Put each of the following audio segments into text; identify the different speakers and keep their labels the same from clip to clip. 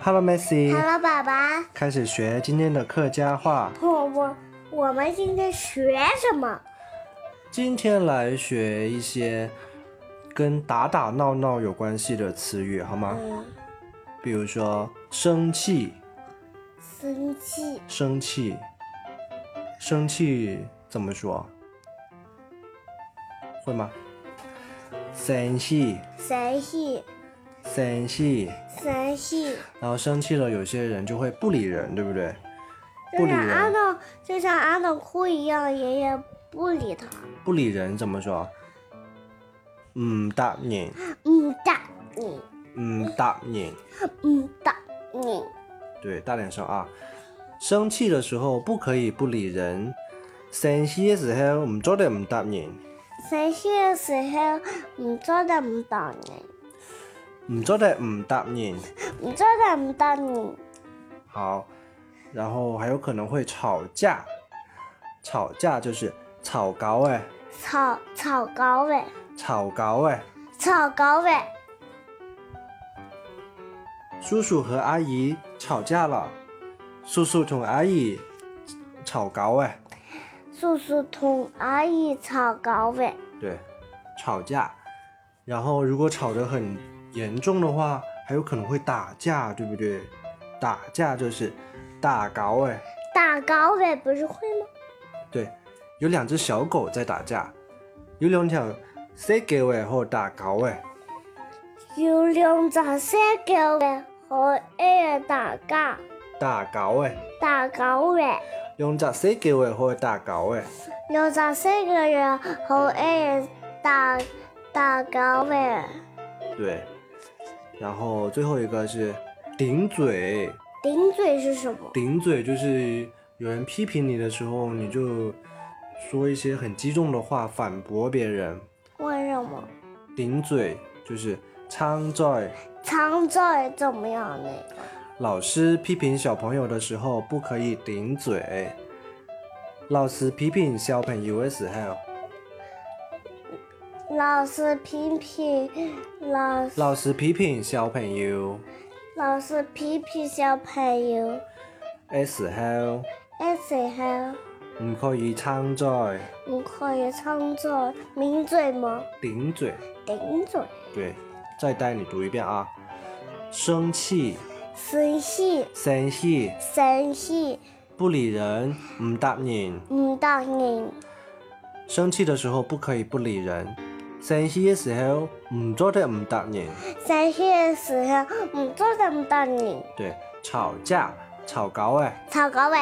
Speaker 1: Hello, Messi，
Speaker 2: 好了，爸爸，
Speaker 1: 开始学今天的客家话。
Speaker 2: 我我我们今天学什么？
Speaker 1: 今天来学一些跟打打闹闹有关系的词语，好吗？
Speaker 2: 嗯，
Speaker 1: 比如说生气，
Speaker 2: 生气，
Speaker 1: 生气，生气怎么说？会吗？生气，
Speaker 2: 生气，
Speaker 1: 生气。
Speaker 2: 生气。
Speaker 1: 然后生气了，有些人就会不理人，对不对？不
Speaker 2: 就
Speaker 1: 理
Speaker 2: 像阿
Speaker 1: 人，
Speaker 2: 诺，就像阿诺哭一样，爷爷不理他。
Speaker 1: 不理人怎么说？嗯，答应，
Speaker 2: 嗯，打你，
Speaker 1: 嗯，答应。
Speaker 2: 嗯，打你。
Speaker 1: 对，大点声啊！生气的时候不可以不理人，生气的时候唔做得唔答应，
Speaker 2: 生气的时候，你做的不打你，
Speaker 1: 唔做得唔答应。
Speaker 2: 你做的不打你。
Speaker 1: 好，然后还有可能会吵架，吵架就是吵搞哎，
Speaker 2: 草草稿尾，
Speaker 1: 吵搞哎。
Speaker 2: 草稿尾，
Speaker 1: 叔叔和阿姨吵架了，叔叔同阿姨吵搞哎，
Speaker 2: 叔叔同阿姨草稿尾。
Speaker 1: 对，吵架。然后如果吵得很严重的话，还有可能会打架，对不对？打架就是打搞哎，
Speaker 2: 打稿尾不是会吗？
Speaker 1: 对，有两只小狗在打架，有两条谁给尾和打搞哎，
Speaker 2: 有两只小狗尾和一人打架，
Speaker 1: 打搞哎。
Speaker 2: 打狗尾。
Speaker 1: 用只手机会可以打狗哎嘅，
Speaker 2: 有十四个人和一人打打狗尾，
Speaker 1: 对。然后最后一个是顶嘴，
Speaker 2: 顶嘴是什么？
Speaker 1: 顶嘴就是有人批评你的时候，你就说一些很激动的话反驳别人。
Speaker 2: 为什么？
Speaker 1: 顶嘴就是常在
Speaker 2: 长嘴怎么样呢？
Speaker 1: 老师批评小朋友的时候不可以顶嘴，老师批评小朋友的时候，
Speaker 2: 老师批评老
Speaker 1: 老师批评小朋友
Speaker 2: 老师批评小朋友哎
Speaker 1: 的时候
Speaker 2: 的时候，
Speaker 1: 唔可以常在
Speaker 2: 你可以长嘴、抿嘴吗？
Speaker 1: 顶嘴。
Speaker 2: 顶嘴、
Speaker 1: 对，再带你读一遍啊。生气，
Speaker 2: 生气、
Speaker 1: 生气，
Speaker 2: 生气、
Speaker 1: 不理人，唔答应。
Speaker 2: 唔答应、
Speaker 1: 生气的时候不可以不理人，生气的时候唔做得唔答应。
Speaker 2: 生气的时候唔做什么答应，
Speaker 1: 对，吵架，吵搞哎，
Speaker 2: 吵狗尾。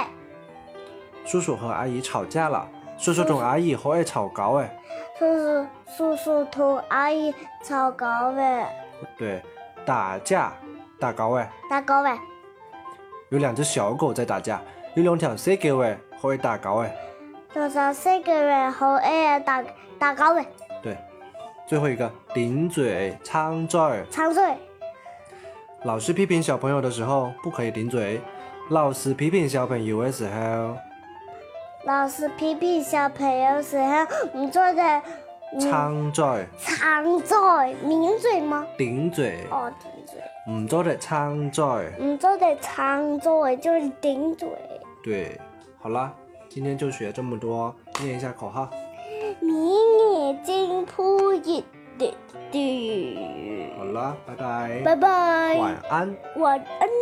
Speaker 1: 叔叔和阿姨吵架了，叔叔同阿姨好爱吵搞哎。
Speaker 2: 叔叔叔叔同阿姨吵狗尾，
Speaker 1: 对，打架，打搞哎，
Speaker 2: 打狗尾，
Speaker 1: 有两只小狗在打架，有两条小狗哎，好爱打搞哎。
Speaker 2: 六十四个人和一人打打狗尾，
Speaker 1: 对，最后一个顶嘴，张嘴。
Speaker 2: 长嘴，
Speaker 1: 老师批评小朋友的时候不可以顶嘴，老师批评小朋友的时候
Speaker 2: 老师批评小朋友时候唔做的，嗯，
Speaker 1: 张嘴
Speaker 2: 长嘴，抿嘴吗？
Speaker 1: 顶嘴，
Speaker 2: 哦，顶嘴，
Speaker 1: 唔做得张嘴。
Speaker 2: 唔做的长嘴就是顶嘴。
Speaker 1: 对，好啦，今天就学这么多，念一下口号。
Speaker 2: 明眼睛扑一滴滴，
Speaker 1: 好啦，拜拜，
Speaker 2: 拜拜，
Speaker 1: 晚安。
Speaker 2: 晚安。